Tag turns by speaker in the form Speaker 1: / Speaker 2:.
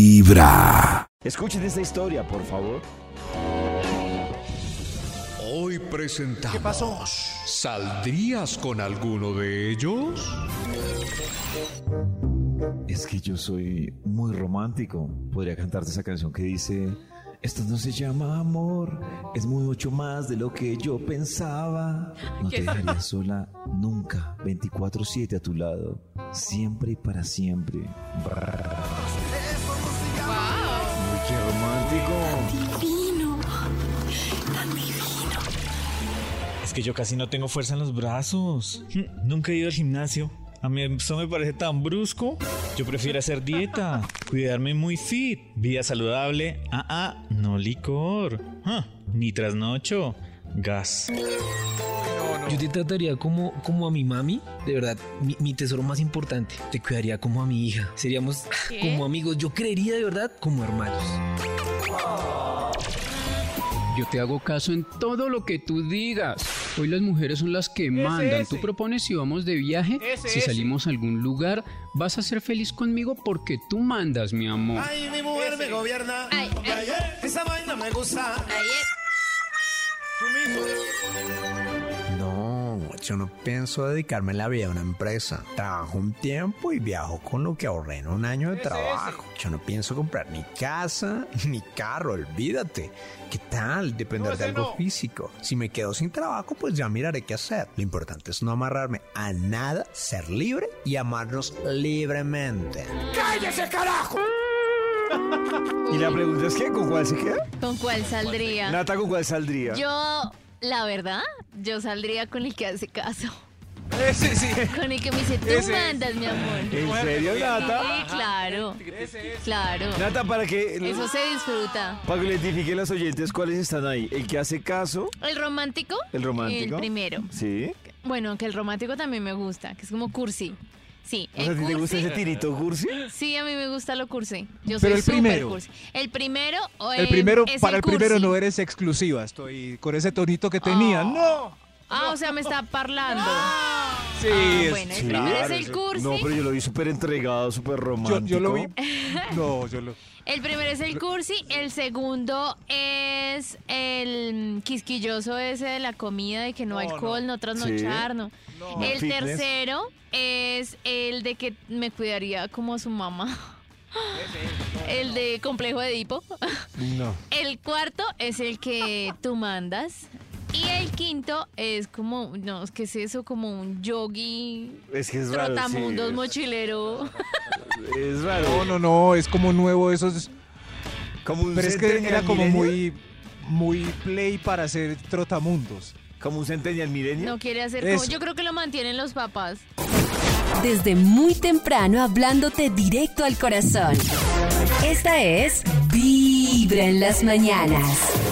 Speaker 1: Vibra.
Speaker 2: Escuchen esta historia, por favor.
Speaker 3: Hoy presentamos. ¿Qué pasó? ¿Saldrías con alguno de ellos?
Speaker 4: Es que yo soy muy romántico. Podría cantarte esa canción que dice, esto no se llama amor, es mucho más de lo que yo pensaba. No te dejaría sola nunca, 24/7 a tu lado, siempre y para siempre. Uy, ¡Qué romántico!
Speaker 5: Es que yo casi no tengo fuerza en los brazos. Nunca he ido al gimnasio. A mí eso me parece tan brusco. Yo prefiero hacer dieta, cuidarme muy fit, vida saludable. Ah, ah, no licor. Ah, ni trasnocho. Gas.
Speaker 6: Yo te trataría como, como a mi mami, de verdad, mi, mi tesoro más importante. Te cuidaría como a mi hija. Seríamos
Speaker 7: ¿Qué?
Speaker 6: como amigos. Yo creería de verdad como hermanos.
Speaker 8: Yo te hago caso en todo lo que tú digas. Hoy las mujeres son las que mandan. Tú propones si vamos de viaje, si salimos a algún lugar, vas a ser feliz conmigo porque tú mandas, mi amor.
Speaker 9: Ay, mi mujer me gobierna.
Speaker 7: Ay, ay.
Speaker 9: Ay, Esa vaina me gusta.
Speaker 10: No, yo no pienso dedicarme la vida a una empresa. Trabajo un tiempo y viajo con lo que ahorré en un año de trabajo. Yo no pienso comprar ni casa ni carro, olvídate. ¿Qué tal depender de algo físico? Si me quedo sin trabajo, pues ya miraré qué hacer. Lo importante es no amarrarme a nada, ser libre y amarnos libremente.
Speaker 4: Y la pregunta es que, ¿con cuál se queda?
Speaker 7: ¿Con cuál saldría?
Speaker 4: Nata, ¿con cuál saldría?
Speaker 7: Ah. Yo, la verdad, yo saldría con el que hace caso. Con el que me dice, tú mandas, mi amor.
Speaker 4: Eh, ¿En serio, Nata?
Speaker 7: Sí, claro. Claro.
Speaker 4: Nata, para que,
Speaker 7: Eso se disfruta.
Speaker 4: para que identifiquen las oyentes cuáles están ahí. El que hace caso,
Speaker 7: ¿El romántico?
Speaker 4: el romántico.
Speaker 7: El primero.
Speaker 4: Sí.
Speaker 7: Bueno, aunque el romántico también me gusta, que es como cursi. Sí,
Speaker 4: O sea,
Speaker 7: el
Speaker 4: ¿a ti te gusta
Speaker 7: cursi.
Speaker 4: ese tirito cursi?
Speaker 7: Sí, a mí me gusta lo cursi. Yo soy
Speaker 11: Pero el
Speaker 7: súper
Speaker 11: primero.
Speaker 7: cursi. El primero o
Speaker 11: El primero,
Speaker 7: es
Speaker 11: para el, primero
Speaker 7: cursi.
Speaker 11: no eres exclusiva. Estoy con ese tonito que tenía. ¡No!
Speaker 7: Ah, o sea, me está parlando.
Speaker 11: Sí,
Speaker 7: Ah,
Speaker 11: es-
Speaker 7: bueno, el primero es el cursi.
Speaker 4: No, pero yo lo vi súper entregado, súper
Speaker 11: yo,
Speaker 4: romántico.
Speaker 11: yo lo vi. No, yo lo.
Speaker 7: El primero es el cursi, el segundo es el mm, quisquilloso ese de la comida, de que no, alcohol, no, trasnochar, no.
Speaker 4: No
Speaker 7: El
Speaker 4: fitness.
Speaker 7: tercero es el de que me cuidaría como su mamá. El de complejo de Edipo.
Speaker 4: No.
Speaker 7: El cuarto es el que tú mandas. Y el quinto es como, no, ¿qué es eso? Como un yogi,
Speaker 4: Es que es raro. sí,
Speaker 7: trotamundos,
Speaker 4: es-
Speaker 7: mochilero.
Speaker 4: Es raro.
Speaker 11: No, no, no. Es como nuevo esos.
Speaker 4: Como un
Speaker 11: Pero es que
Speaker 4: centennial
Speaker 11: era como
Speaker 4: millennial,
Speaker 11: muy. Muy play para hacer trotamundos.
Speaker 4: Como un centennial milenio.
Speaker 7: No quiere hacer
Speaker 11: Eso.
Speaker 7: como... Yo creo que lo mantienen los papás.
Speaker 12: Desde muy temprano hablándote directo al corazón. Esta es Vibra en las mañanas.